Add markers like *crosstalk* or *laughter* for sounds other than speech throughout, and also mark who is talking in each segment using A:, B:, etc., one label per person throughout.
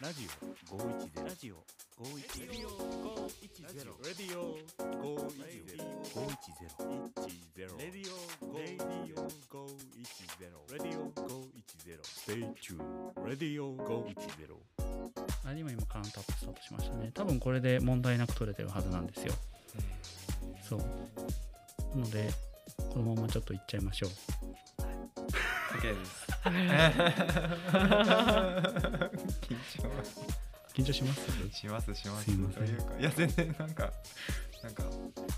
A: ラジオ五一ゼラジオ五一ゼロ五一ゼロレディオ五一ゼロ五一ゼロ一ゼロレディオレディオ五一ゼロレディオ五一ゼロステイチューレディオ五一ゼロ
B: あ今今カウントアップスタートしましたね多分これで問題なく取れてるはずなんですよ、そうなのでこのままちょっといっちゃいましょう
C: です。緊張
B: 緊張します
C: しますします
B: すいません
C: というかいや全然なんかなんか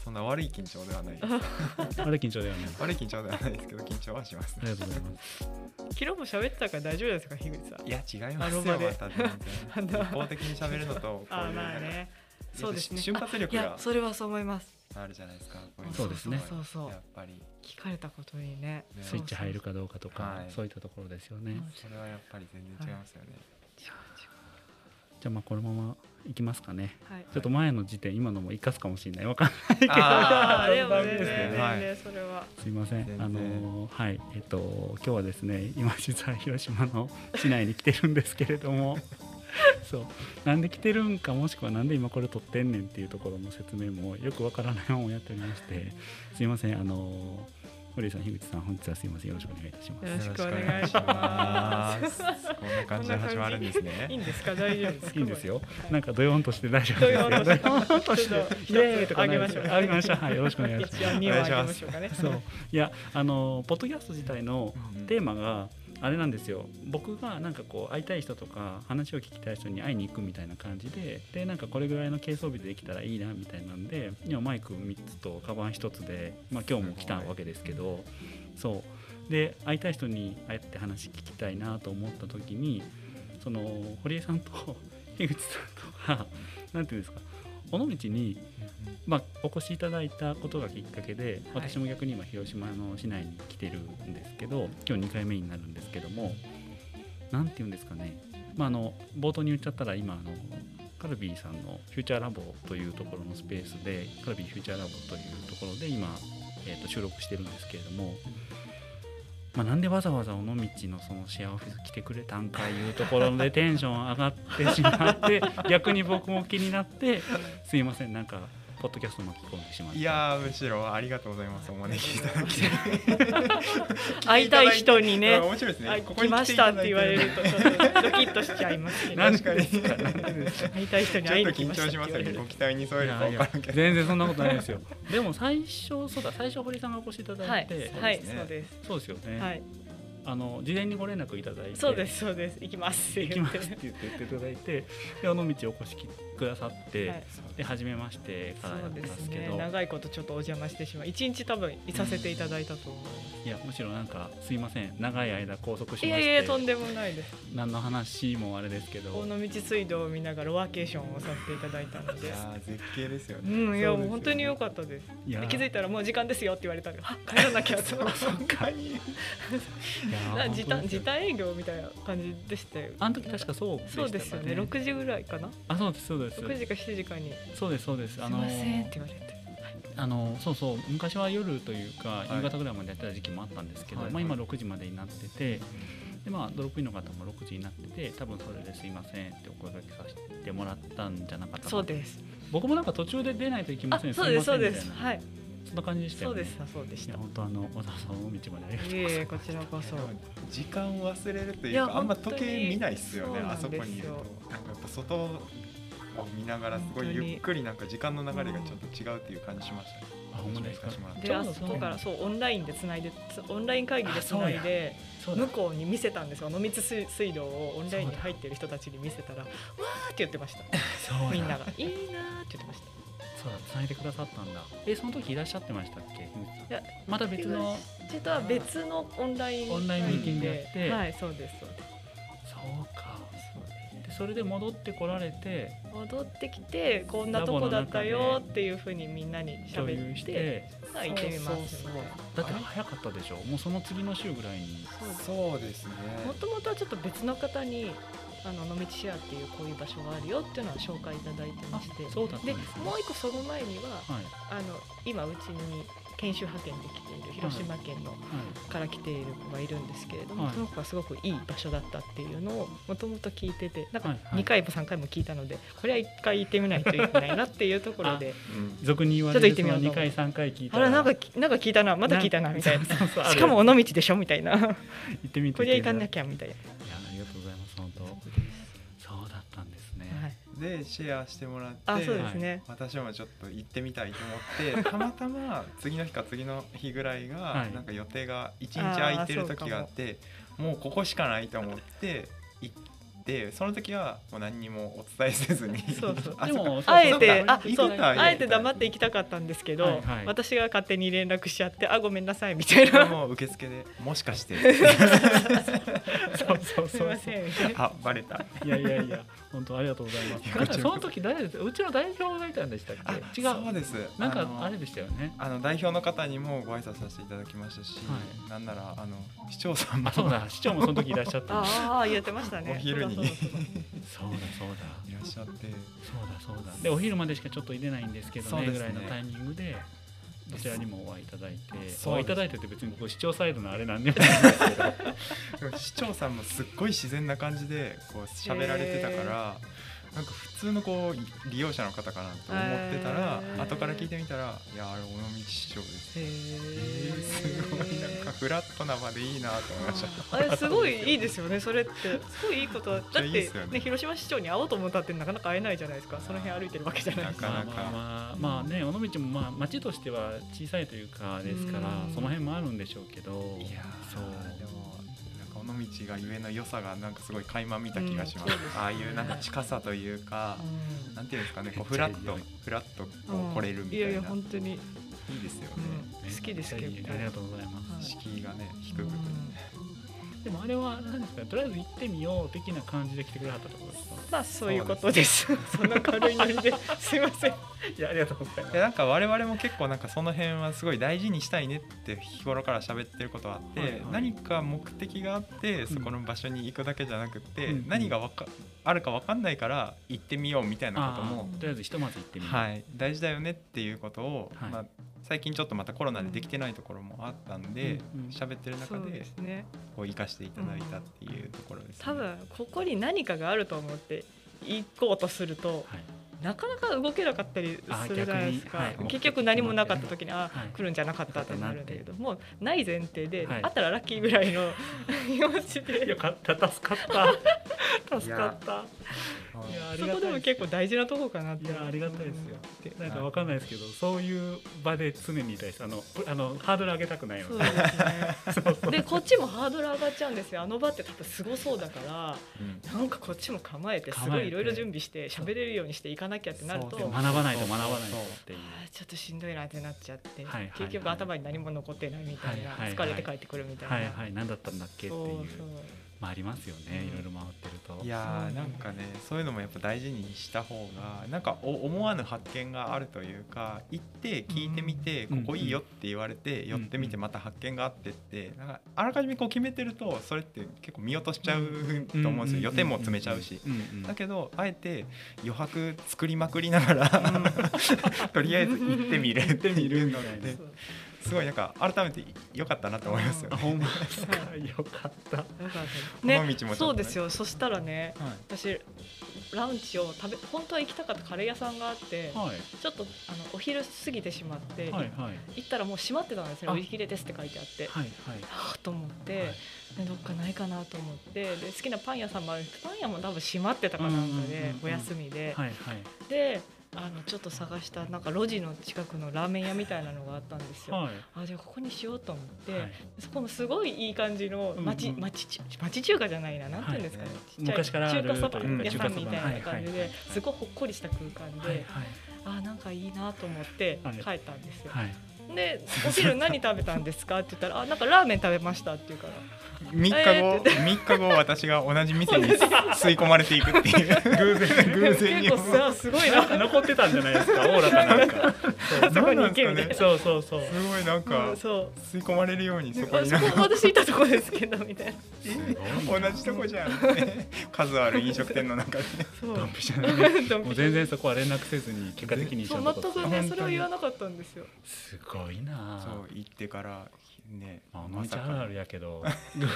C: そんな悪い緊張ではないです
B: あれ緊張ではない
C: 悪い緊張ではないですけど緊張はします
B: ありがとうございます
D: 昨日も喋ってたから大丈夫ですか樋口さん
C: いや違います
D: あ
C: よ
D: の場で
C: また全
D: あ
C: 然
D: の
C: 一方的に喋るのとこういう
D: あまあ
C: なん
D: ね
C: か
D: そうですね
C: 瞬発力
D: い
C: が
D: やそれはそう思います
C: あるじゃないですかこいの
B: そうですね
D: そうそうそう
C: やっぱり
D: 聞かれたことにね
C: ね
B: スイッチ入るかどうかとか、
C: はい
B: そういったところですよね、
D: うん
C: それはやっぱり全然違いますよね
D: 違う違
B: じゃあまあこのままいきますかね
D: うはい
B: ちょっと前の時点今のも生かすかもしれないわかんないけど
D: あ
C: あ
D: あ
C: ー
D: でも
C: そう
D: 全
C: ですね
D: 然
C: は
D: 全
C: い
D: 然それは
B: すいません
C: 全然
B: あのーはいえっと今日はですね今実は広島の市内に来てるんですけれども *laughs* そうなんで来てるんかもしくはなんで今これ撮ってんねんっていうところの説明もよくわからないままやっておりましてすいませんあのー堀井さん樋口さん本日はすいませんよろしくお願いいたします
D: よろしくお願いします
C: よろしくお願いしますこんな感じで始まるんですね
D: いいんですか大丈夫ですか
B: いいんですよなんかドヨンとして大丈夫
D: ど
B: ですよ
D: よんとして
B: ドヨンとして
D: ちょっと
B: *laughs* イエーイとか
D: 上げましょう
B: あげましょうはいよろしくお願いします
D: 一応二を上げましょうかね
B: そういやあのポッドキャスト自体の
C: うん
B: テーマがあれなんですよ僕がなんかこう会いたい人とか話を聞きたい人に会いに行くみたいな感じででなんかこれぐらいの軽装備でできたらいいなみたいなんで今マイク3つとカバン1つで、まあ、今日も来たわけですけどそうで会いたい人に会って話聞きたいなと思った時にその堀江さんと *laughs* 樋口さんとか何ていうんですか尾道にまあ、お越しいただいたことがきっかけで
D: はい
B: 私も逆に今広島の市内に来てるんですけど今日2回目になるんですけども何て言うんですかね、まあ、あの冒頭に言っちゃったら今あのカルビーさんのフューチャーラボというところのスペースでカルビーフューチャーラボというところで今、えー、と収録してるんですけれども。まあ、なんでわざわざ尾道のそのシェアオフィス来てくれたんかいうところでテ *laughs* ンション上がってしまって *laughs* 逆に僕も気になってすいませんなんかポッドキャスト巻き込んでしまって
C: いやーむしろありがとうございますお招きいただき
D: 会いたい人にね
C: あ面白いですね
D: あ
C: ここに
D: 来ま
C: て
D: し
C: いた
D: たっ
C: だ
D: て
C: い
D: 言われるとちょっとドキッとしちゃいますけど
B: なん
C: 確かにちょっと
D: 会いたい人に会いに来
C: 緊
D: ました
C: 張
D: って
C: します
D: 言
C: よ
D: われ
C: ね
D: る
C: ご期待に沿
B: い
C: えるか
B: やい
C: 分から
B: や
C: んけど
B: 全然そんなことないですよでも最初そうだ最初堀さんがお越しいただ
D: はいい
B: て、
D: はい
C: そうですね
D: そうです
B: そうですよね、
D: はい
B: あの事前にご連絡いただいて
D: そうですそうです行きますって
B: 行き
D: 言
B: ま
D: っ
B: す
D: て
B: って言って言っていただいてで尾道お越しくださって、
D: はい
B: で初めましてから
D: そ
B: だった
D: う
B: ん
D: で
B: ですすけ
D: ね
B: ど
D: 長いことちょっとお邪魔してしまい一日多分いさせていただいたと思います
B: いやむしろなんかすいません長い間拘束しまして
D: いやいやとんでもないです
B: 何の話もあれですけ
D: 大
B: ど
D: 野道水道を見ながらワーケーションをさせていただいたの
C: い
D: で
C: やー絶景ですよ
D: う
C: ね
D: んいや
C: そうですよね
D: もう本当に良かったです
B: いや
D: 気づいたらもう時間ですよって言われたらあ帰らなきゃと思って
B: いや
D: *laughs* な時短
B: 本当です
D: 時
B: よ
D: 短営業みたいな感じでしたよ
B: あの時確かそうでした
D: そ
B: か
D: うですよね6時ぐらいかな
B: あそうですそうです
D: 6時か7時かに「
B: そうですそうです
D: す
B: あ
D: い
B: の
D: ません」って言われて
B: あのそうそう昔は夜というか
C: い
B: 夕方ぐらいまでやってた時期もあったんですけど、
C: はい
B: ま
C: は
B: あ、
C: い
B: 今6時までになっててでまあドロップインの方も6時になってて多分それですいませんってお声掛けさせてもらったんじゃなかったかな
D: そうです
B: 僕もなんか途中で出ないといけま
D: あ
B: せん
D: そうです
B: い
D: そう
B: ません
D: で
B: みた
D: す
B: いな
D: はい
B: そんな感じでした
D: そ
B: よ
D: う
B: ね
D: ですそうでし
B: いや
D: た
B: 本当あのわざわざ尾道までありがとう
D: いえいえこちらこそ
C: でも時間を忘れるとい
D: いうや
C: かあんま
D: 本当
C: 時
D: に
C: 計見ないっすよね
D: そうなん
C: あ
D: です
C: そ
D: よ
C: こにいるとなんかやっぱ外を見ながらすごい
D: 本当に
C: ゆっくりなんか時間の流れがちょっと違うっていう感じしましたね
B: あほんまですか
C: お話ししてもらって
D: であ
B: そう
D: そこからそうオンラインでつないでつオンライン会議でつ
B: あ
D: な
B: そ
D: いうで
B: そうだ
D: 向こうに見せたんですよ飲み水水道をオンラインに入ってる人たちに見せたら「わー」って言ってました
B: そうだ
D: みんなが「いいな」って言ってまし
B: そうだ繋いでくださったんだえその時いらっしゃってましたっけ
D: いや
B: また
D: た
B: 別の
D: それとは別のオンライン
B: オンライン
C: ミーティン
B: グやって
D: はいそうですそうです
B: そうかでそれで戻ってこられて
D: 戻ってきてこんなとこだったよっていうふうにみんなに
B: 共
D: 喋
B: 有
D: っ
B: してて
D: 「さあ行ってみます」みたいな
B: だって早かったでしょもうその次の週ぐらいに
C: そうですね
D: もともとはちょっと別の方にあの野道シェアっていうこういう場所があるよっていうのは紹介いただいてまして
B: そうだったん
D: で
B: ですね
D: もう一個その前には
B: はい
D: あの今うちに研修派遣で来ている広島県のから来ている子がいるんですけれども、
B: はい
D: その子はすごくいい場所だったっていうのをもともと聞いててなんか
B: はいはい
D: 2回も3回も聞いたので、これは1回行ってみないといけないなっていうところで
C: うん
B: 俗に言われ
D: ちょ
B: る
D: っと行って
B: そ
D: みよ
B: の
D: うと
B: 2
D: 思う
B: 回3回聞い
D: あ
B: た
D: ら
B: ら
D: なんかきなんか聞いたなまた聞いたなみたいな
B: そうそうそうある
D: しかも尾道でしょみたいな
B: 行ってみて
D: これは行かな
B: ゃ
D: きゃみたいな、
B: いやありがとうございます本
D: *laughs*
B: 当そうだったんですね、
D: はい、
C: でシェアしてもらって
D: あそうですね、
C: 私もちょっと行ってみたいと思ってたまたま次の日か次の日ぐらいが、
B: はい
C: なんか予定が1日空いてる時があってもうここしかないと思って行ってその時はもう何にもお伝えせずに
D: そうそう
C: あ
B: でも
D: あえ
C: そう
D: てあ
C: か
D: そ
C: 行
D: う
C: くとは言えた
D: あえて黙って行きたかったんですけど、
B: はいはい
D: 私が勝手に連絡しちゃってあごめんなさいみた
C: *laughs*
D: い
C: で
D: な
C: も受付でもしかして
B: *laughs* そうそうそう
D: すいませんみたいな
C: あバレた
B: いやいやいや、本当ありがとうございます。なんかその時誰です、うちの代表がいたんでしたっ
C: あ
B: け？違
C: そう
B: う。
C: です
B: なん
C: あ
B: か
C: の
B: あれでしたよね。
C: あの代表の方にもご挨拶させていただきましたし、
B: は
C: なんならあの市長さんも
B: あ、そうだ、市長もその時いらっしゃったんだ。
D: ああ言ってましたね
C: *laughs* お昼に
D: そうだそうだそ
B: *laughs* そうだそうだ、
C: いらっしゃ
D: うだ
C: っ
B: そ
C: て
B: うだそうだ。でお昼までしかちょっと入れないんですけど
C: そう
B: ね
C: です
B: ぐ
C: ね
B: らいのタイミングで。どちらにもお会いいただいて
C: そうです、
B: お会いいただいてって別に僕視聴サイドのあれなんでもないんですけど、
C: でも市長さんもすっごい自然な感じでこう喋られてたから、なんか普通のこう利用者の方かなと思ってたら、
D: へー
C: 後から聞いてみたら「いやあれ尾道市長です」
D: へ
C: え
D: ー
C: ーすごいなんかフラットなまでいいなと思いました。
D: あれすごいいいですよねそれってすごいいいことだだっ
C: めっちゃいいですよ
D: て、
C: ね
D: ね、広島市長に会おうと思ったってなかなか会えないじゃないですかその辺歩いてるわけじゃない
C: な
D: ですか
C: かなか、
B: まあまあまあまあね尾道もまあ町としては小さいというかですから
D: うん
B: その辺もあるんでしょうけど
C: いやー
B: そう
C: でもなんか尾道がゆえの良さがなんかすごい垣間見た気がします、
D: うんそうですね
C: ああいうなんか近さというか、なんていうんですかねこうフ
B: めっちゃ
C: ラ
B: いい
C: ッと
B: よ
C: フラッとこ
D: うん
C: う来れるみたい
D: い
C: な、
D: やいや
C: い
D: 本当に、
C: いですよね、
D: うん、好きですけど
B: めっちゃいいありがとうございます
D: はい
C: 敷居がね低くて、
B: でもあれは何ですかねとりあえず行ってみよう的な感じで来てくれはったってことですか
D: まあそういうことです。そんな軽いノリですいません。
B: いやありがとうございま
C: でなんか我々も結構なんかその辺はすごい大事にしたいねって日頃から喋ってることはあって、
B: はいはい
C: 何か目的があってそこの場所に行くだけじゃなくて、
B: うん
C: 何がわかあるか分かんないから行ってみようみたいなことも
B: とりあえずひとまず行ってみよう
C: はい、大事だよねっていうことを、
B: はい
C: まあ、最近ちょっとまたコロナでできてないところもあったんで
B: うんうん
C: 喋、ってる
D: そ
C: 中
D: う
C: で
D: ですね。
C: こう生かしていただいたっていうところです、ね
D: 多分ここに何かがあると思って行こうとすると
B: はい
D: なかなか動けなかったりするじゃないですか
B: あ。逆にはい
D: 結局何もなかった時にあ、
B: はい
D: 来るんじゃなかったってなるんだけど、もうない前提で、
B: はい
D: あったらラッキーぐらい
B: *laughs*
D: の気持ち
B: よ
D: で。
B: かった助かった助かったいやあり
D: そ
B: が
D: こ
B: た
D: で
B: い
D: も
B: す
D: 結構大事なとこかなって
B: いやありがたいですよ
C: で
B: なんかわかんないですけどそういう場で常にいたいですあのぷあのハードル上げたくないの
D: そう
B: で
D: です
B: *laughs*
D: ねでこっちもハードル上がっちゃうんですよあの場って多分すごそうだから
C: うん
D: なんかこっちも構えてす
B: 構
D: ご
B: えて
D: いいろいろ準備して喋れるようにしていかなきゃってなると
C: そう
B: 学
D: あ
B: ばないと学ばないとっていう
D: ーちょっとしんどいなってなっちゃって、
B: はいはい
D: 結局頭に何も残ってないみたいな、
B: はいはいはい
D: 疲れて帰ってくるみたいな、
B: はいはい何だったんだっけって
D: そう
B: いう
D: そう
B: まあありますよねいろいろ回ってると
C: いやーなんかねそういうのもやっぱ大事にした方がなんかお思わぬ発見があるというか行って聞いてみて
B: う
C: こ
B: ん
C: こいいよって言われて
B: ん
C: 寄ってみてまた発見があってってなんかあらかじめこう決めてるとそれって結構見落としちゃうと思うんですよ予定も詰めちゃうし
B: んん
C: だけどあえて余白作りまくりな
B: *laughs*
C: がら、とりあえず行ってみる
B: 行ってみる
C: の
B: みた
C: で
B: い
D: そう
C: すごいなんか改めて良かったなと思いますよ
B: *laughs* あ
C: ね。
B: ほんまですかよかった
D: だから
C: この道も
D: ね
C: ちょっとね
D: そうですよそしたらね
C: はい
D: 私ランチを食べ本当は行きたかったカレー屋さんがあって
B: はい
D: ちょっとあのお昼過ぎてしまって、
B: はいはい
D: 行ったらもう閉まってたんですね
B: あ
D: 売り切れですって書いてあって
B: はい
D: あーと思って、
B: はい
D: でどっかないかなと思ってで好きなパン屋さんもあるんですけどパン屋も多分閉まってたかなんか
B: うんうんう
D: で
B: んうん
D: お休みで、
B: はいはい
D: であのちょっと探したなんか路地の近くのラーメン屋みたいなのがあったんですよ。
B: はい
D: あじゃあここにしようと思って、
B: はい
D: そこもすごいいい感じの町,、
B: うんうん
D: 町ち町中華じゃないななんていうんですかね、
C: はい
D: ちっちゃい
B: 昔からある
D: 中華そば
C: うん
D: 屋さんみたい
B: 中華
D: な感じ
B: そばはいはいはい
D: ですごいほっこりした空間で、
B: はい
D: あなんかいいなと思って帰ったんですよ。
B: はい
D: で「お昼何食べたんですか?」って言ったら「あなんかラーメン食べました」って言うから
C: 3日後、三日後私が同じ店に *laughs* 吸い込まれていくっていう偶然偶然に
D: 結構さすごいな
B: はい残ってたんじゃないですかオーラかなんか
D: あそこに行けみたいな。
B: そうそうそう
C: すごいなん
D: う
C: か
D: んそう
C: 吸い込まれるようにそこ
D: あ
C: に
D: そ
C: なん
B: *laughs*
C: か
D: こ私いたとこですけどみたいな
C: 同じとこじゃんって数ある飲食店の中で
D: そう
C: ドンピシャ
D: ドン
B: も
D: ピ
B: う
D: シャ
B: 全然そこは連絡せずに結果的に一
D: そ
B: 緒
D: う
B: の
D: 全
B: こと
D: く
C: 本当
D: ね
C: に
D: それを言わなかったんですよ
B: すごごいな
C: そう行ってからね
B: まあ、尾道
C: さ
B: あるあ
C: か
B: るやけど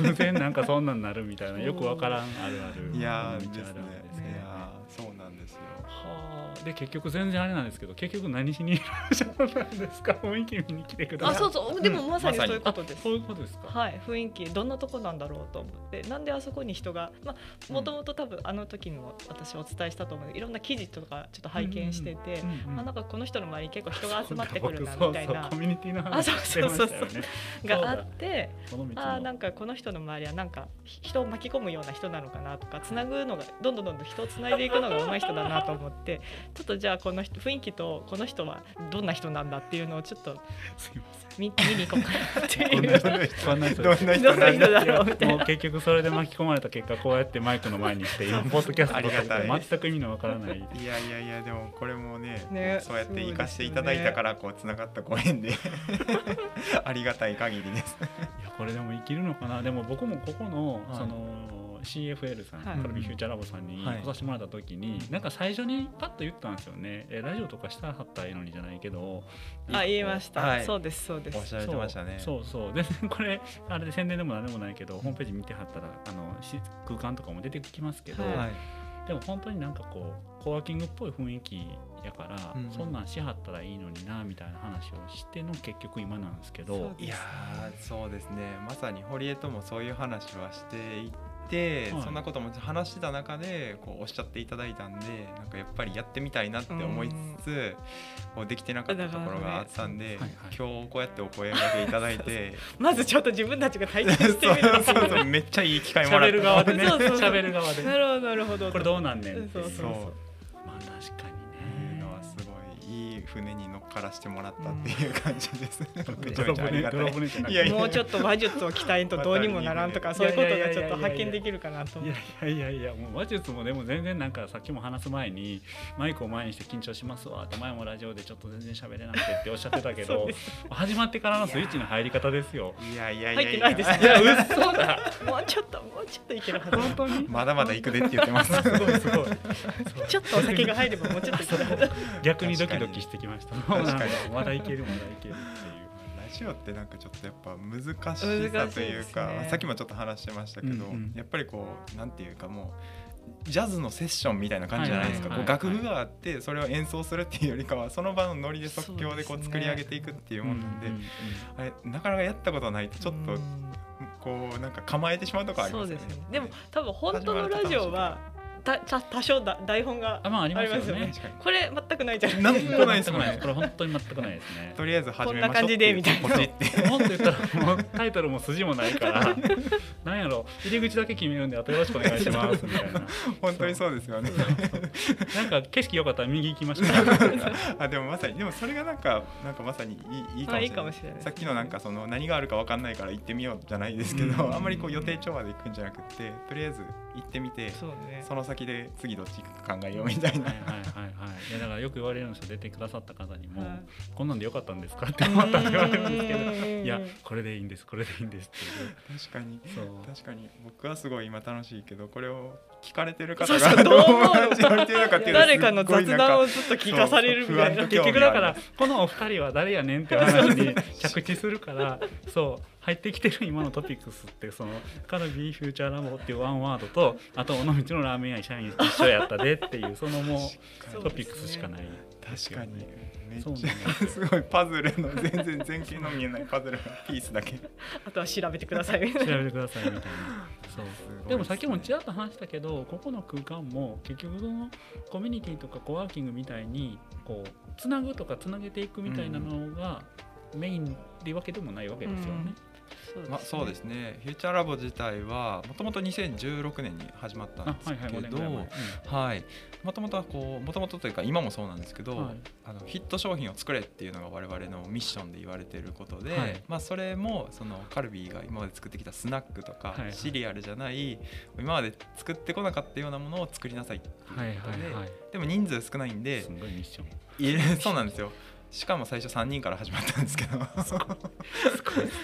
B: 偶然なんかそんなんなるみたいなよくわからんあるある
C: いやー
B: 尾
C: で
B: 道
C: すね
B: あるあるですけど
C: い
B: ね
C: やーそうなんですよ
B: はあで結局全然あれなんですけど結局何しにいらっしゃったんですか雰囲気見に来てくださ
D: あ
B: い
D: そうそうでもまさに
C: ま
D: そ
C: さに
D: ういうことです、
B: そういうことですか、
D: はい、雰囲気どんなとこなんだろうと思ってなんであそこに人がまあもともと多分あの時にも私お伝えしたと思うけどいろんな記事とかちょっと拝見してて、
B: うんうん
D: あなんかこの人の周りに結構人が集まってく
B: 僕
D: るな
B: そう
D: みたい
B: そう
D: な
B: コミュニティの話
D: あ
B: して
D: そう
B: ま
D: そうそう
B: したよね
D: があって
B: この道の
D: あーなんかこの人の周りはなんかひ人を巻き込むような人なのかなとかつなぐのがどんどんどんどん人をつないでいくのが上手い人だなと思ってちょっとじゃあこの人雰囲気とこの人はどんな人なんだっていうのをちょっと
B: すいません
D: 見見に行こうかなって
B: こん
D: い
B: な
D: う
B: 人
C: *laughs*
B: こんな人で
C: どん
B: す
C: な人なんだ
D: どんな人だろうみたいな
B: もう結局それで巻き込まれた結果こうやってマイクの前にして今ポッドキャストとか
C: ありがたい
B: 全く意味のわから
D: *laughs*
B: ない
C: いやいやいやでもこれもね
D: ね
C: そうやって生かしていただいたからこうつながったご縁で *laughs* ありがたい限りです
B: いやこれでも生きるのかなでも僕もここの,、
C: はい
B: その CFL さん、
D: はい
B: カルビフューチャーラボさんに
C: はい
B: 来させてもらった時に、なんか最初にパッと言ったんですよねえラジオとかしたはったらいいのにじゃないけど
D: あ言いました、
C: はい
D: そうですそうで
C: おっし
D: す
C: ゃられてましたね
B: そうそうそうでこれあれで宣伝でも何でもないけどホームページ見てはったらあのし空間とかも出てきますけど、
D: はい
B: でも本当になんかこうコワーキングっぽい雰囲気やから、
C: うん
B: そんなんしはったらいいのになみたいな話をしての結局今なんですけ
D: そ
B: ど
D: う
C: いやーそうですねまさに堀江ともそういう話はしていて、
B: はい
C: そんなことも話してた中でこうおっしゃっていただいたんでなんかやっぱりやってみたいなって思いつつ、こうできてなかったところがあったんで、
B: だからね
C: 今日こうやってお声掛けいただい
D: *laughs*
C: て
D: まずちょっと自分たちが体験
C: そう
D: してみるってい
C: そう
D: う
C: そうめっちゃいい機会もら
B: 喋
C: っ
B: る
C: た
B: 側でね
D: そうそうそう
B: 喋る側で
D: なるほどなるほど
B: これどうなんねんって
D: そうそう
C: そう
B: まあ確か
C: って
B: に
C: いう
B: ね
C: のはすごいいい船に乗っからしてもらったっていう感じです、 *laughs* めちゃ
B: 泥
C: めちゃあり
B: 船
C: がたい
B: 泥船じゃなくて
C: いやいや
D: もうちょっと話術を鍛えんとどうにもならんとかそういうことがちょっと発見できるかなと
B: い
D: 思っ
B: や
D: て
B: いやいやいやもう話術もでも全然なんかさっきも話す前にマイクを前にして緊張しますわって前もラジオでちょっと全然喋れなくてっておっしゃってたけ
D: そう
B: ど
D: で
B: 始まってからのスイッチの入り方ですよ。
C: いやいやいや
D: 入ってないですね
B: いや嘘だ
D: もうちょっともうちょっといけるはず
B: 本当に
C: まだまだ行くでって言って *laughs* ます
B: すごいすごい
D: ちょっとお酒が入ればもうちょっと
B: そう逆にドキドキしてきましたもうなんか
C: 確かに
B: まだいけるまだいけるって
C: ラジオってなんかちょっとやっぱ難しさというか、
D: 難しいですね
C: さっきもちょっと話してましたけど、
B: うんうん
C: やっぱりこうなんていうかもうジャズのセッションみたいな感じじゃないですか、
D: はいはい
B: はい
C: こう楽譜があってそれを演奏するっていうよりかはその場のノリで即興でこ
D: そうです
C: う
D: ね
C: 作り上げていくってい
B: いうう
C: もんなんで、あれなかなかやったことないとちょっとこうなんか構えてしまうとこあり
D: そ
C: ま
D: う
C: す
D: で
C: よ
D: す
C: ね
D: ねでも多分本当のラジオはたた多少だ台本が
B: あまあありますよ
D: ありますよ
B: ね
D: ね
C: 確かに
D: これ全くないじゃ
C: な
D: ない
C: ん
D: です
C: と
D: か
C: ない
B: 全くないです
C: ですもんね
B: これ本当に全くないですね
C: とりあえず始めましょう
D: こんな感じでみたいな
C: ポチって
B: もっと言ったらもうタイトルも筋もないからなんやろ入り口だけ決めるんであとよろしくお願いしますみたいな
C: *laughs* 本当にそうですよね
B: なんか景色良かったら右行きましょう
C: あでもまさにでもそれがなんかなんかまさにいいいいかもしれ
D: まあ
C: ない
D: いいかもしれないですね
C: さっきのなんかその何があるかわかんないから行ってみようじゃないですけど、
B: うん
C: あんまりこう予定調和で行くんじゃなくってとりあえず行ってみてそ,、
D: そうね
C: の先で次どっち行くか考えようみたい
B: は
C: ない
B: はいはいはいいやだからよく言われるんですよ出てくださった方にも、
D: はい
B: こんなんでよかったんですかって思ったって言われるんですけ
D: う
B: ど
D: ーん
B: いやこれでいいんですこれでいいんですっ
C: 確かに
B: ていうそう
C: 確かに僕はすごい今楽しいけどこれを聞かれてる方
D: そうそ
C: が
D: うどう思うの
C: 感じられてるのかっていう
D: 誰かの雑談を
C: す
D: ずっと聞かされるみたい
C: そう
D: な
C: そう
B: 結局だからこのお二人は誰やねんって話に着地する
C: *laughs*
B: からそう入ってきてる今のトピックスってそのカルビーフューチャーラボっていうワンワードとあと尾道のラーメン屋に社員一緒やったでっていうそのも
C: ご
B: う
C: い
B: トピックスしかない
C: 確かにめっ
B: そうなん
C: ち
B: です
C: ゃすごいパズルの全然前景の見えないパズルのピースだけ
D: あとは調べてくださいみた
B: 調
D: いな
B: べてくださいみたいな
C: *laughs*
B: そうでもさっきもちらっと話したけどここの空間も結局そのコミュニティとかコワーキングみたいにこうつなぐとかつなげていくみたいなのがメインっていうわけでもないわけですよね。
C: まあ、そうですねフューチャーラボ自体はもともと2016年に始まったん
B: あ
C: です
B: はいはい
C: け
B: 5年ぐらい前
C: ど。はいもともとはこうもともとというか今もそうなんですけど、
B: はい
C: あのヒット商品を作れっていうのが我々のミッションで言われていることで、
B: はい
C: まあ、それもそのカルビーが今まで作ってきたスナックとか
B: はいはい
C: シリアルじゃない今まで作ってこなかったようなものを作りなさいっていうことで、
B: はいはいはい。
C: でも人数少ないんです
B: んごいミッション。
C: いえそうなんですよしかも最初3人から始まったんですけ
B: *laughs*
C: ど
B: すごいです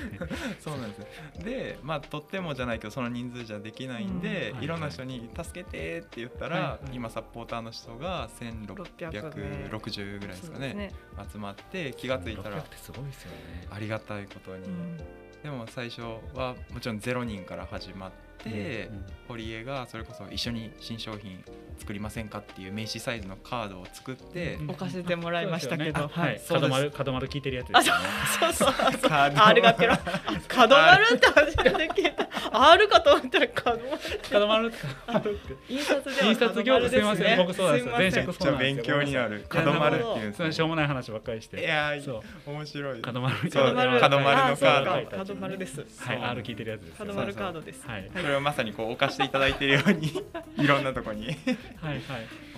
B: ね
C: そうなんですねでまあとってもじゃないけどその人数じゃできないんで、
B: うん
C: いろんな人に「助けて」って言ったら、
D: はいはい
C: 今サポーターの人が1660ぐらいですかね集まって気がついた
B: 600
C: ら
B: ってすごいですよね
C: ありがたいことに、
D: うん
C: でも最初はもちろん0人から始まって、
B: うんうん
C: 堀江がそれこそ一緒に新商品作りませんかっていう名刺サイズのカードを作って、
B: うん
D: 置かせてもらいましたけど、
B: あはい
C: そうで
B: 角
C: す
B: 丸角丸聞いてるやつですよね
D: そうそうそう。
C: カードを
D: あれ
B: *laughs*
D: がってら、角丸って初めて聞いた。R かと思ったら角丸。
B: 角丸角丸って
D: 印刷では
B: 印刷業務すみません僕そうなんですよ前
D: すい
B: 職
C: *laughs* めっ
B: そう
C: ちゃ
B: なんですよ
C: 勉強になる
B: ごめんな
C: 角
B: さい
C: 丸っていうんです
B: そんなしょうもない話ばっかりし
C: い
B: て
C: やー
B: そ
C: 面白いう
B: 角丸
C: そう
B: 角丸
C: 角丸のカード
B: は
D: あ
B: い
D: そうか角丸です。
B: はい
C: そう
B: R 聞いてるやつですよね
D: 角丸カードです。
B: はい
C: それをまさにこう犯していただいているよう
B: *laughs*
C: にいろんなとこに
B: はいはい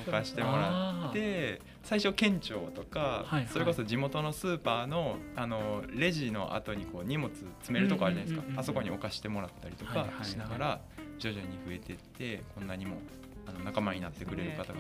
C: 犯してもらって最初県庁とか、
B: はいはい
C: それこそ地元のスーパーのあのレジの後にこう荷物詰めるとこあるじゃない
B: うん
C: です
B: うんうんうん
C: かあそこに置かしてもらったりと
B: はい
C: か
B: はいはい
C: しながら徐々に増えてってこんなにもあの仲間になってくれる方が増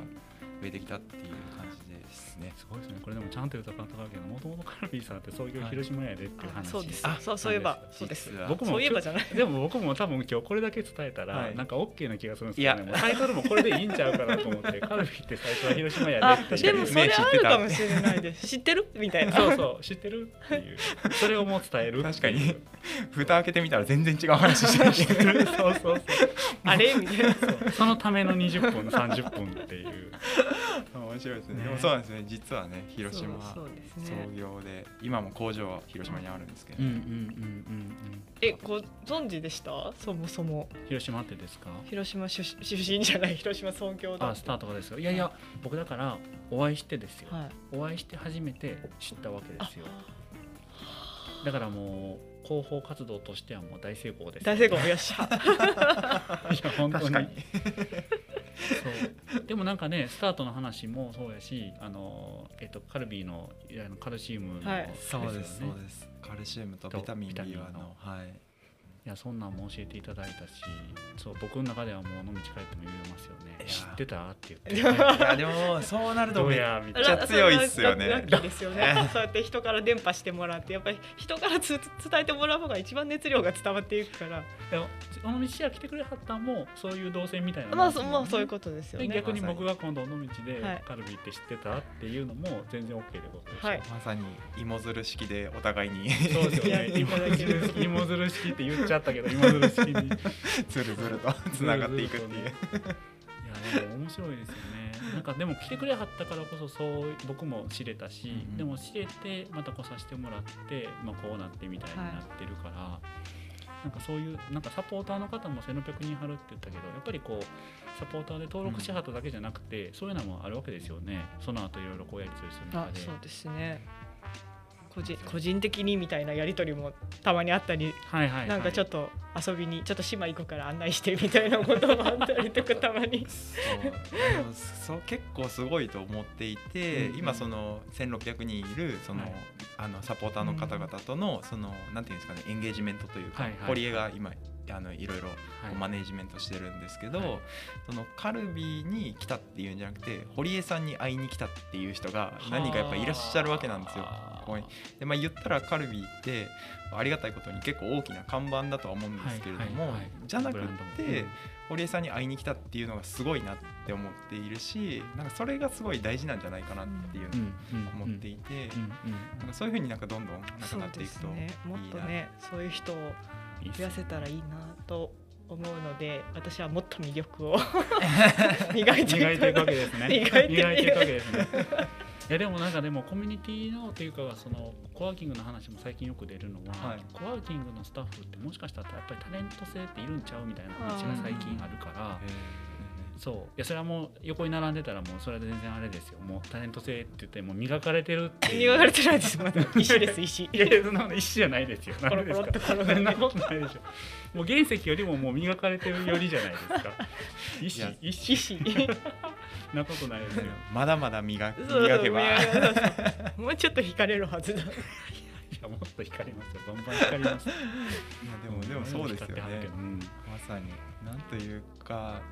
C: えてきたっていう感じですね。
B: すごいですねこれでもちゃんと歌った高けどもともとカルビーさんって創業広島やでっていう
D: あ
B: 話
D: そうです
B: あ。
D: そうそういえばそうです
C: 実。は
B: 僕も
D: そういえばじゃない。
B: *laughs* でも僕も多分今日これだけ伝えたら、
C: はい
B: なんか OK な気がするんですけど、ね、
C: い
B: もうタイトルもこれでいいんちゃうかなと思ってカルビーって最初は広島や
D: あ
B: でっていう
D: でもそれ
C: 名刺言っ
D: あ
C: て
D: る
C: た
D: かもしれないです。知ってるみたい
B: *laughs*
D: な。
B: そうそう知ってるっていうそれをもう伝える
C: 確かに *laughs* 蓋開けてみたら全然違う話し
B: *laughs*
C: てるし
B: 知ってる *laughs* そうそう
D: あれみたいな。
B: そうそのための20分30分っていう
C: 面白いですね
B: ね
C: でもそうなんですね実はね広島
D: そうそうです
C: 創
D: ね。
C: 業で今も工場は広島にあるんですけど、
B: うんうんうん
D: えご存知でした？そもそも
B: うん広島ってですか
D: 広島出出身じゃない広島創業だ
B: あ。スタートがですよいやいや僕だからお会いしてですよ、
D: はい。
B: お会いして初めて知ったわけで
D: あ
B: すよだからもう広報活動としてはもう大成功です
D: 大成功よっしゃ。
B: いや本当に
C: 確かに
B: そうでもなんかねスタートの話もそうやしあの、えっと、カルビーのあのカルシウムの、
D: はい
C: そうです
B: よ
C: そうですカルシウムとビタミン
B: とビ
C: B
B: タミ
C: は
B: ンの
C: のはい
B: いやそんなんも教えていただいたしそう僕の中ではもう飲み近いとも言えますよ
C: い
B: ね
C: や
B: 知ってたって言って、
C: いやでもそうなる
B: *laughs*
C: と
B: どう
C: めっ
B: やみたい
C: ち
B: な
C: ゃ強いっすよね
D: ラッキーですよね。 *laughs* そうやって人から電波してもらって、やっぱり人からつ伝えてもらう方が一番熱量が伝わっていくから。
B: でも尾道市が来てくれはったんもそういう動線みたいな
D: まあ、そまあ、そういう
B: こ
D: ことです
B: と
D: よね。
B: 逆に僕が今度尾道で
D: はい
B: カルビーって知ってたっていうのも全然 OK でございます、
D: はい。
C: まさに芋づる式でお互いに
B: そうです
C: *laughs*
B: よ
D: やっ
B: ね
D: ていただける
B: 芋づる式って言っちゃったけど芋づる式に
C: ずるずるとつながっていくって
B: ず
C: い
B: るず
C: う
B: るいやでも面白いですよね。なんかでも来てくれはったからこそそう僕も知れたし、
C: うんうん
B: でも知れてまた来させてもらって、まあ、こうなってみたいになってるから、なんかそういうなんかサポーターの方も1600人張るって言ったけどやっぱりこうサポーターで登録しはっただけじゃなくて、そういうのもあるわけですよねその後いろいろこうやり取りする
D: あ
B: 中、で
D: そうですね。個人、個人的にみたいなやりとりも、たまにあったり。
B: はいはいはい、
D: なんかちょっと遊びにちょっと島行くから案内してみたいなこともあったりとかたまに
C: そうでもそう結構すごいと思っていて、
B: うん
C: 今その1600人いるその、
B: はい
C: あのサポーターの方々とのそのなんていうんですかねエンゲージメントというか、
B: はいはい
C: 堀江が今あのいろいろ
B: はい
C: マネージメントしてるんですけど、
B: はい
C: そのカルビーに来たっていうんじゃなくて堀江さんに会いに来たっていう人が何人かやっぱいらっしゃるわけなんですよ。
B: はあ
C: ここにでまあ、言ったらカルビーってありがたいことに結構大きな看板だとは思うんですけれども、
B: はいはいはい
C: じゃな
B: ブ
C: くっ
B: ランドも
C: て堀江さんに会いに来たっていうのがすごいなって思っているしなんかそれがすごい大事なんじゃないかなっていうの
B: う
C: を
B: んうんうん
C: 思っていて、
B: うんうん
C: なんかそういうふうになんかどんどんなんか
D: *laughs* そう
C: なって
D: で
C: いく
D: す
C: といいな
D: ねもっとねそういう人を
B: いいっす
D: 増
B: ね
D: やせたらいいなと思うので私はもっと魅力を磨いて
B: 磨
D: い
B: いていくわ
D: く
B: けですね
D: 磨いて
B: 磨いていくわけですねいやでもなんかでもコミュニティのというかそのコワーキングの話も最近よく出るのは、
C: はい
B: コワーキングのスタッフってもしかしたらやっぱりタレント性っているんちゃうみたいな話が最近あるから
C: え。ー
B: そういやそれはもう横に並んでたらもうそれは全然あれですよもうタレント性って言ってもう磨かれてるっていう
D: 磨かれてないですまだ石です石
B: いやいやそんなこと一緒じゃないですよ
D: コ
B: な
D: ロ
B: ん
D: コ
B: でです
D: ロっ
B: か
D: と転
B: そん
D: が
B: な
D: る
B: ことないでしょもう原石よりももう磨かれてるよりじゃないですか
C: いや
B: 石石そ
D: 石
B: んなことないですよ
C: まだまだ磨
D: そう
C: 磨けば
D: そうそうもうちょっと惹かれるはずだ
B: いやもっと光りますよ。バンバン光ります。
C: いやでもでもそうですよ
B: 光ってはるけ
C: ね
B: どうん
C: まさになんというか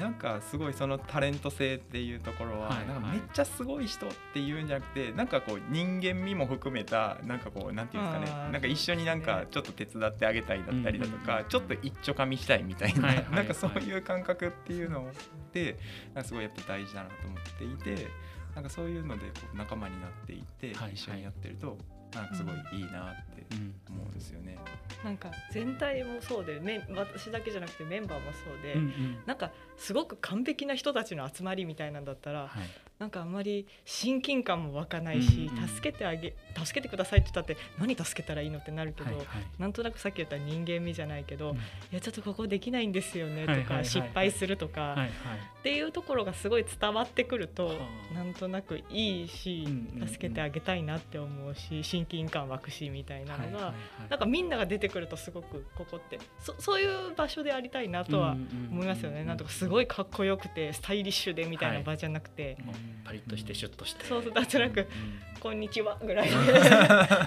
C: なんかすごいそのタレント性っていうところは、
B: はい
C: なんか
B: はい
C: めっちゃすごい人っていうんじゃなくてなんかこう人間味も含めたなんかこうなんていうんですか
D: あ
C: ね
D: ー
C: なんか一緒になんかちょっと手伝ってあげたいだったりだと
B: う
C: か、
B: ん
C: ちょっと一丁かみしたいみたいな、
B: はいはいはい
C: なんかそういう感覚っていうのでなんかすごいやっぱ大事だなと思っていてなんかそういうのでこう仲間になっていて、
B: はいはい
C: 一緒にやってるとなんかすごいいいなって
B: うん
C: 思うんですよね。
D: なんか全体もそうでメン私だけじゃなくてメンバーもそうで、
B: うんうん
D: なんかすごく完璧な人たちの集まりみたいなんだったら
B: はい
D: なんかあんまり親近感も湧かないし、
B: うんうん
D: 助けてあげ助けてくださいって言ったって何助けたらいいのってなるけど、
B: はいはい
D: なんとなくさっき言った人間味じゃないけど、
B: うん
D: いやちょっとここできないんですよねとか、
B: はいはいはいはい
D: 失敗するとか、
B: はいはい
D: っていうところがすごい伝わってくると、
B: はあ
D: なんとなくいいし、
B: うんうんうん
D: 助けてあげたいなって思うし親近感湧くしみたいな
B: は
D: のが、
B: いはいはい
D: なんかみんなが出てくるとすごくここってそそういう場所でありたいなとは思いますよね、なんとかすご
B: い
D: いかっこよくてスタイリッシュでみたいな場じゃなくて。
B: パリッとしてシュッとして
D: そうそうなんとなく「こんにちは」ぐ
B: *laughs*
D: らいで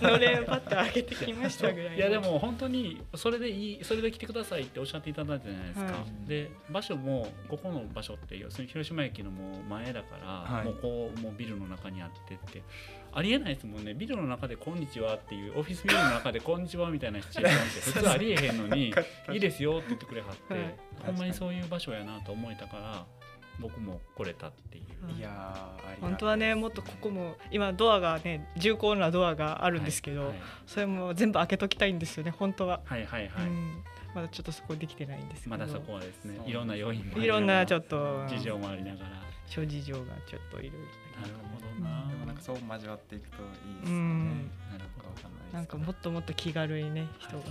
D: のれんパッと開けてきましたぐらいの
B: いやでも本当にそれでいいそれで来てくださいっておっしゃっていただいたじゃないですか、
D: は
B: で場所もここの場所って要するに広島駅のもう前だから、
C: はい
B: もうこうもうビルの中にあってってありえないですもんねビルの中で「こんにちは」っていうオフィスビルの中で「 *laughs* こんにちは」みたいなシチュエーションって普通ありえへんの
D: *laughs*
B: に
C: か
B: 「いいですよ」って言ってくれはって、
D: はい
B: ほんまにそういう場所やなと思えたから僕も来れたっていう。
D: はい
C: いやーありがたい
D: 本当はねもっとここも今ドアがね重厚なドアがあ
B: あ
D: るんですけど、
B: はい
D: それも全部開けときたいんですよね本当は、
B: はいはいは
D: う
B: い。
D: ん、まだちょっとそこできてないんですけど
B: まだそこはですね
C: そ、う
B: いろんな要因もあり
D: いろんなち
B: っ
D: ょっと
B: 事情もありながら。
D: 諸事情がちょっといろい
B: なるほど
C: でも
B: な。
C: なんかそう交わっていくといいで
D: ろう
C: すよね
D: ん。
B: なるほ
C: なんか
B: ど
C: わ。かんないです
D: なんかもっともっと気軽にね人が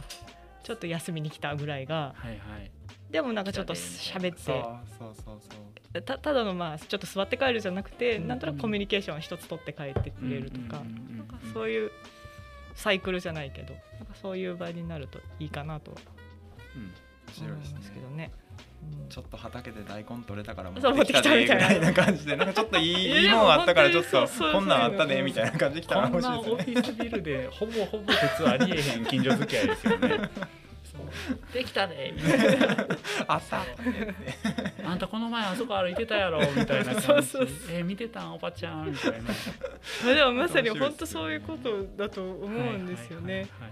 D: ちょっと休みに来たぐらいが
B: はいはい。
D: でもなんかちょっと喋っ
C: そう
D: て
C: そうそうそう
D: たただのまあちょっと座って帰るじゃなくて、
B: うん
D: なんとなくコミュニケーションを一つ取って帰ってくれるとか、
B: うんうんうんうん
D: なんかそういうサイクルじゃないけどなんかそういう場になるといいかなとは
B: うん
D: 思
C: 面白
D: い
C: いです
D: ますけ
C: ね
D: どね。うん
C: ちょっと畑で大根取れたから
D: そう
C: 持ってきた
D: 持っ
C: ね
D: てき
C: ぐ
D: たみた
C: ら
D: い
C: い
D: な
C: な感じでなんかちょっといい
D: いや
C: いいもんあったから
D: で
C: ちょ
D: も
C: っと
D: 本当にそうそう
C: こんなんあった
D: そういう
C: ね
D: の
C: みたいな感じで来たら
B: こ
C: 欲
B: ん
C: しい
B: な
C: です
B: オフ
C: ね
B: ィスビルでほぼほぼ普通ありえへん近所付き合いですよね。できたねみたい
C: あった
B: な。あんたこの前あそこ歩いてたやろみたいな感じ。
D: そうそうそう
B: え見てたんおばちゃんみたいな。
D: *laughs* まあでもまさに
C: 面白い
D: 本
C: です
D: 当
C: ね
D: そういうことだと思うんですよね。
B: はいはいはい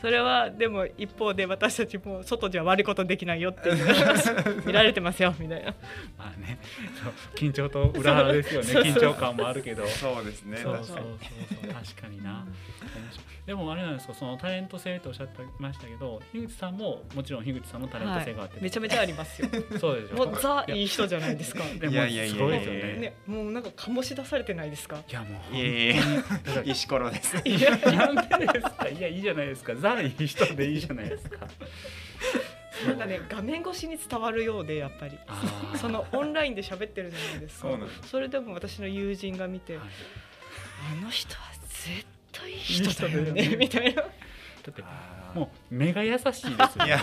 D: それはでも一方で私たちも外では悪いことできないよっていう見られてますよみたいな。
B: はい。まあね、そう緊張と裏腹ですよね。
D: そうそう
B: 緊張感もあるけど。
C: そうですね
B: そう
C: 確
B: そう
C: か
B: そう
C: に
B: そう確かにな面白いでもあれなんですかそのタレント性っておっしゃってましたけど樋口さんももちろん樋口さんのタレント性があって、
D: めちゃめちゃありま
B: *laughs*
D: すよ。
B: ゃそうでしょ
D: もうザいい
B: い
D: 人じゃないですか。
B: でも
C: いやいやいやいや
B: すごいですよね
C: え
D: ね、もうなんか醸し出されてないですか。
B: いやもう
C: いえい
B: だ
D: *laughs*
B: から
C: え石ころです
D: いや
B: なんでですかいやいいじゃないですかザいい人でいいじゃないですか
D: なんかね画面越しに伝わるようでやっぱり
B: あー
D: そのオンラインで喋ってるじゃないですか
C: そうなんです
D: れでも私の友人が見て、
B: はい
D: あの人は絶対いい人だよね
B: いい人だよね
D: みたいな
B: だって
C: も
B: もう目が優しいですよね
C: いや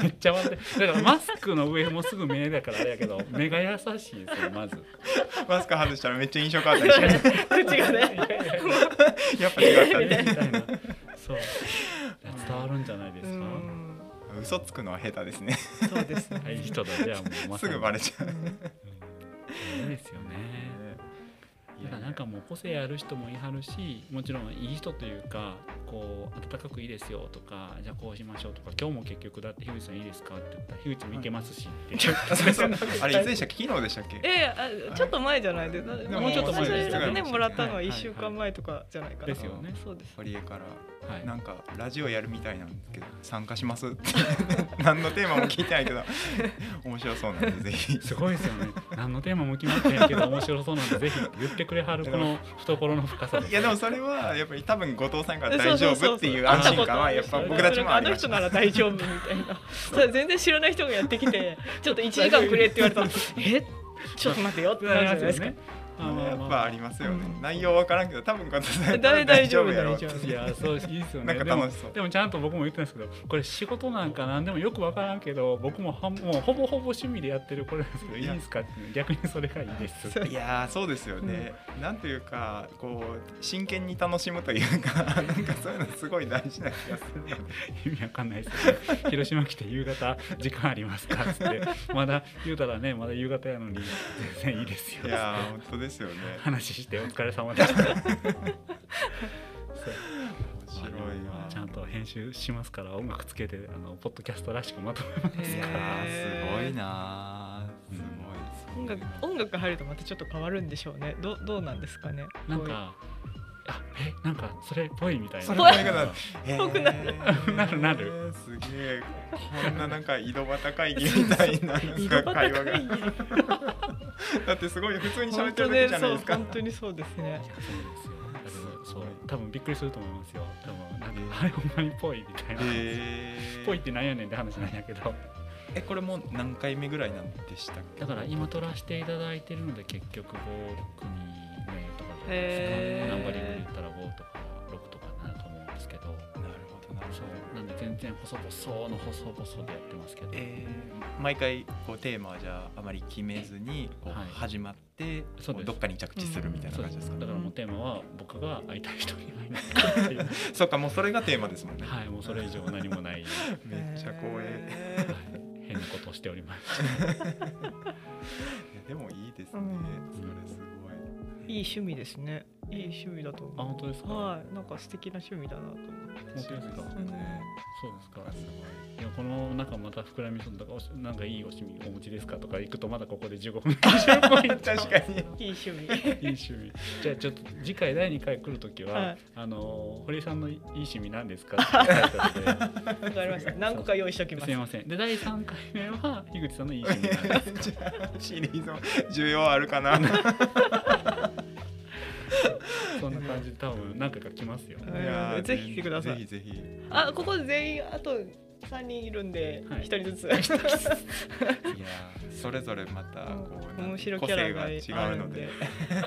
B: めっちゃ笑ってだからマスクの上もすぐ目だからあれやけど目が優しいですよまず
C: うマスク外したらめっちゃ印象変わったりして
D: *laughs* 口が
B: い
D: ね
B: やいやいや
C: やっぱ違っ
D: *laughs*
C: た
B: みたい
C: ね
B: な。そう。伝わるんじゃないです
D: う
B: か。
D: ん
C: 嘘つくのは下手ですね
D: そうですね、
B: はい、いい人だじゃあもうまさ
C: す
B: に
C: ぐバレちゃう
B: うんいいですよね。だからなんかもう個性ある人もいはるし、もちろんいい人というか、こう温かくいいですよとか、じゃあこうしましょうとか、今日も結局だって樋口さんいいですかって言ったら樋口もいけますしって。
C: あそうそうあれいつでしたっけ昨日でしたっけ
D: ええあちょっと前じゃないですか、
C: も
B: うちょっと前です
D: 最初ねもらったのは
B: はい
D: 1週間前とかじゃないかな、
B: ですよね。
D: そうです
C: 堀江から
B: はい。
C: なんかラジオやるみたいなんですけど参加しますって何のテーマも聞いてないけど面白そうなんでぜひ
B: すごいですよね。何のテーマも決まってへんけど面白そうなん
C: *laughs*
B: でぜひ言ってくれはるこの懐の深さです
C: いやでもそれはやっぱり多分後藤さんから大丈夫っていう
B: そうそう
C: 安
B: そう
C: 心感はやっぱ僕たちも
D: あ
C: あり
D: の
C: まし
D: 人
C: た
D: なら大丈夫みたいなそれ全然知らない人がやってきてちょっと1時間くれって言われたらえちょっと待ってよってなるじゃないですか
B: ね。あまあまあ
C: やっぱありますよね、
D: うん
C: 内容わからんけど多分これ
D: 大大丈夫
C: やろ
D: 大
C: って
D: 丈夫
B: いやそういいですよね
C: なんか
B: でも
C: 楽しそう
B: でもちゃんと僕も言ってたんですけどこれ仕事なんかなんでもよくわからんけど僕もはもうほぼほぼ趣味でやってるこれなんですけどい
C: いや
B: いんすかって逆にそれがいいですって
C: *laughs* いやーそうですよね、なんというかこう真剣に楽しむというか *laughs* なんかそういうのすごい大事な気がする
B: 意味わかんないですよね *laughs* 広島来て夕方時間ありますかっつってまだ言うたらねまだ夕方やのに全然いいですよ
C: いやー本当ですよね
B: 話してお疲れ様でしたそう
C: 面白いわ
B: ちゃんと編集しますから音楽つけてあのポッドキャストらしくまとめます
C: いや
D: へ
C: ー
D: ー
C: すごいなーすごい
D: 音楽音楽入るとまたちょっと変わるんでしょうねどどうなんですかね
B: なん
D: こういう
B: かあえなんかそれっぽいみたいな
C: それっぽいかなへー
D: ぽくな
B: なるなる
C: すげえこんななんか井戸端会議 *laughs* みたいななんか会話
D: *laughs*
C: が
D: 井戸端会議
C: だってすごい普通に喋
D: 本
C: ってる
D: 当
C: だけじ
D: ね
C: ゃない
D: そう
C: ですか
D: 本当にそうですね
B: いやそうですよだからそう多分びっくりすると思いますよ多分なんかあれほんまにぽいみたいな、
C: へー
B: ぽいってなんやねんって話なんやけど
C: えこれもう何回目ぐらいなんでしたっけ
B: だから今撮らせていただいてるので結局5 6名とかじゃないです
D: へ
B: か
D: ー
B: ナンバリングで言ったら5とか6とかになると思うんですけど
C: なるほどなるほ
B: そ
C: ど
B: うなんで全然細々の細々でやってますけど、
C: えー毎回こうテーマはじゃああまり決めずにこう
B: はい
C: 始まって
B: そ
C: こ
B: うです
C: うどっかに着地するみたいな
B: そうで
C: 感じですすか
B: だ
C: ね
B: からもうテーマは僕が会いたい人に会いないって *laughs* いう
C: そうかもうそれがテーマですもんね
B: はい、もうそれ以上何もない、はい
C: *laughs* めっちゃ光栄
B: 変なことをしております。
C: いやでもいいですね
D: うん
C: それすごい
D: いい趣味ですねいい趣味だと
B: *laughs* あ、
D: 思
B: 本当です
D: う
B: か。
D: はいなんか素敵な趣味だなと思って
B: 本当ですか。
C: そう
D: う
B: そう
D: ん
B: ですか
C: なん。す
B: いや、この中また膨らみそうだからおし、なんかいいお趣味お持ちですかとか行くと、まだここで15分。20分い *laughs* っちゃう
C: ごい確かに
D: いい趣味
B: いい趣味。じゃあちょっと次回第2回来るときは、
D: はい
B: あの堀井さんのいい趣味なんですかって聞きたいの
D: わかりました何個か用意しておき
B: で、
D: ます
B: すいません。で第3回目は樋口さんのいい趣味なんです。
C: じゃあシリーズも需要あるかないや
B: そんな感じで多分何回か来ますよ。
D: うん
C: ー
D: ぜひ来てください
C: ぜひぜひ
D: あここ全員あと三人いるんで
B: はい
D: 一人
C: *laughs*
D: ずつ
C: いやーそれぞれまたこうなん
D: 面
C: て
D: 白
C: 個
D: キャ
C: 性
D: ラ
C: が
D: が
C: 違
D: あ
C: う
D: る
C: の
D: んで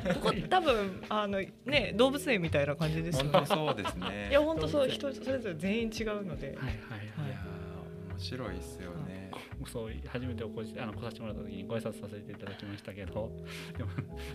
C: で
D: ここ多分あのね動物園みたいな感じですよ
C: 本
D: ね
C: 当そうです
D: い
C: ね
D: や本当そう人それぞれ全員違うので、
B: はいはいはい
C: いやー面白いですよね。
B: そう初めておこしあの来させてもらった時にご挨拶させていただきましたけどでも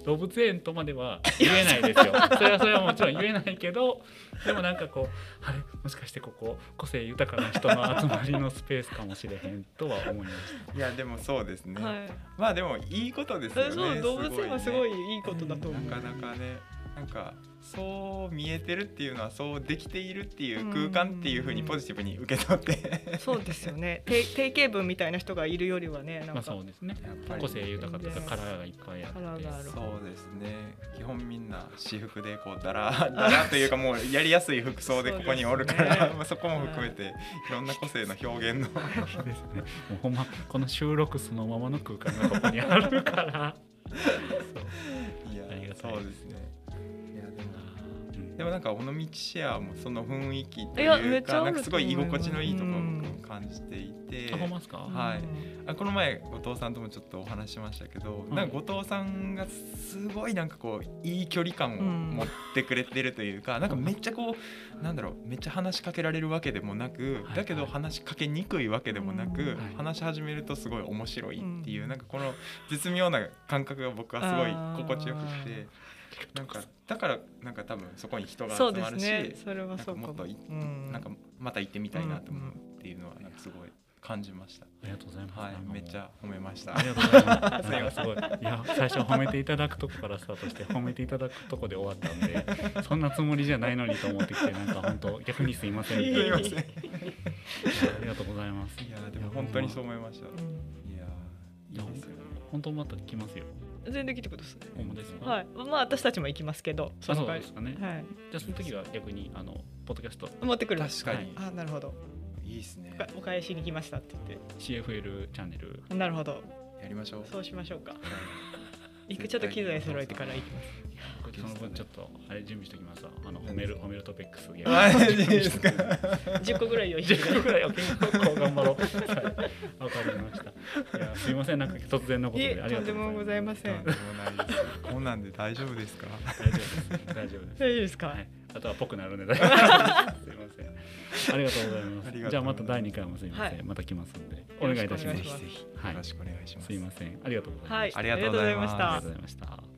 B: 動物園とまでは言えないですよそれはそれはもちろん言えないけどでもなんかこうあれもしかしてここ個性豊かな人の集まりのスペースかもしれへんとは思いまし
C: いやでもそうですね。
D: はい
C: まあでもいいことですよね。
D: そう動物園はすご
C: いね
D: いいいことだと思う、
C: なかなかね、なんかそう見えてるっていうのはそうできているっていう空間っていうふうにポジティブに受け取って。
D: そうですよね定定型文みたいな人がいるよりはね
B: た
D: な
B: まあ
D: んか、
B: そうですね
C: やっぱり
B: 個性豊かというかカラーがいっぱいあって
D: カラーがある
C: そうですね基本みんな私服でこうだらだらというかもうやりやすい服装でここにおるから
D: そうですね
C: *laughs* まあそこも含めていろんな個性の表現の
B: ですねもうほんまこの収録そのままの空間がここにあるからそう
C: *laughs* いや
B: ありがたい
C: そうですねいやでも
B: あーうん
C: でもなんか尾道シェアもその雰囲気と
D: いや
C: い
D: め
C: う
D: っちゃ
C: か
D: あ
C: なん
D: ると思い
C: かすごい居
D: ます
C: 心地のいいところを
D: うん
C: 僕も感じていて
B: あほんまですか
C: はい
D: うん
C: あこの前後藤さんともちょっとお話ししましたけど
B: い
C: なんか後藤さんがすごいなんかこういい距離感を
D: うん
C: 持ってくれてるというかなんかめっちゃこうなんだろうめっちゃ話しかけられるわけでもなく
B: はい
C: だけど話しかけにくいわけでもな
D: うん
C: く
B: はい
C: 話し始めるとすごい面白いっていううんなんかこの絶妙な感覚が僕はすごい
D: あー
C: 心地よくて。なんかだからなんか多分そこに人が
D: そう
C: 集
D: で
C: まするし、
D: ねそれは
C: なん
D: そ
C: か
D: うか
C: もっとい
D: うん
C: なんかまた行ってみたいなと思うっていうのはなんかすごい感じました。
B: ありがとうございます、
C: はい
B: なんか、もう
C: めっちゃ褒めました。
B: ありが
C: い
B: とうございます。なんかすごい。いや、最初褒めていただくとこからスタートして、褒めていただくとこで終わったんで、そんなつもりじゃないのにと思ってきて、なんか本当、逆にすいま *laughs* せん
C: *laughs*
B: みたいな。
D: や
B: あ
D: いや
C: や
B: りがとうございます。
C: でも本当にそう思いました。い
D: うん
C: や
B: いや
C: いいですよね
B: 本当また来ますよ。
D: 全然来てくださ
B: ほんまです
D: い
B: か。。
D: はいいまあ私たちも行きますけど
B: あ、
D: の
B: そう
D: 代わ
B: で
D: り
B: すかね。じゃ
D: はい
B: あ、その時は逆に、あの、ポッドキャスト、
D: 持ってくる
C: 確かに
D: あなるほど
C: いいですね
D: お。かお返しに来ましたって言っ
B: CFL チャンネル。
D: てなるほど
C: やりましょう。
D: そうしましょうか
C: は
D: 行くちょっと機材揃えてから行きます
B: 僕
C: け
B: そ
C: で
B: の
C: すか
B: 分
C: ね
B: ちょっとあれ準備しておきますわあの褒
C: 何
B: め
C: です
B: る
C: か
B: 褒めるトピックスゲ
C: あいいです *laughs* か
D: 10個ぐらい用意して
B: 10個ぐらいを健康頑張ろうはいわかりましたいやすいませんなんか突然のこと
D: い
B: で
D: え
B: ありがとうございます
D: とんでもございま
C: と
D: せん
C: んでもないですこんなんで大丈夫ですか
B: 大丈夫です大丈夫です
D: 大丈夫ですか、
B: はいあとはぽくなるねすいませんありがとうございま
C: あ
B: す
C: りがとうございます
B: じゃあまた第2回もすいません、
D: はい
B: また来ますんでお願いいたしま
D: よろ
B: す
D: くお願いしま
C: ぜ
D: す
C: ひぜひ
B: はい
C: よろしくお願いします
B: すいませんありがとうございました、
D: はい、
C: ありがとうございます
D: ありがとうございました
B: ありがとうございました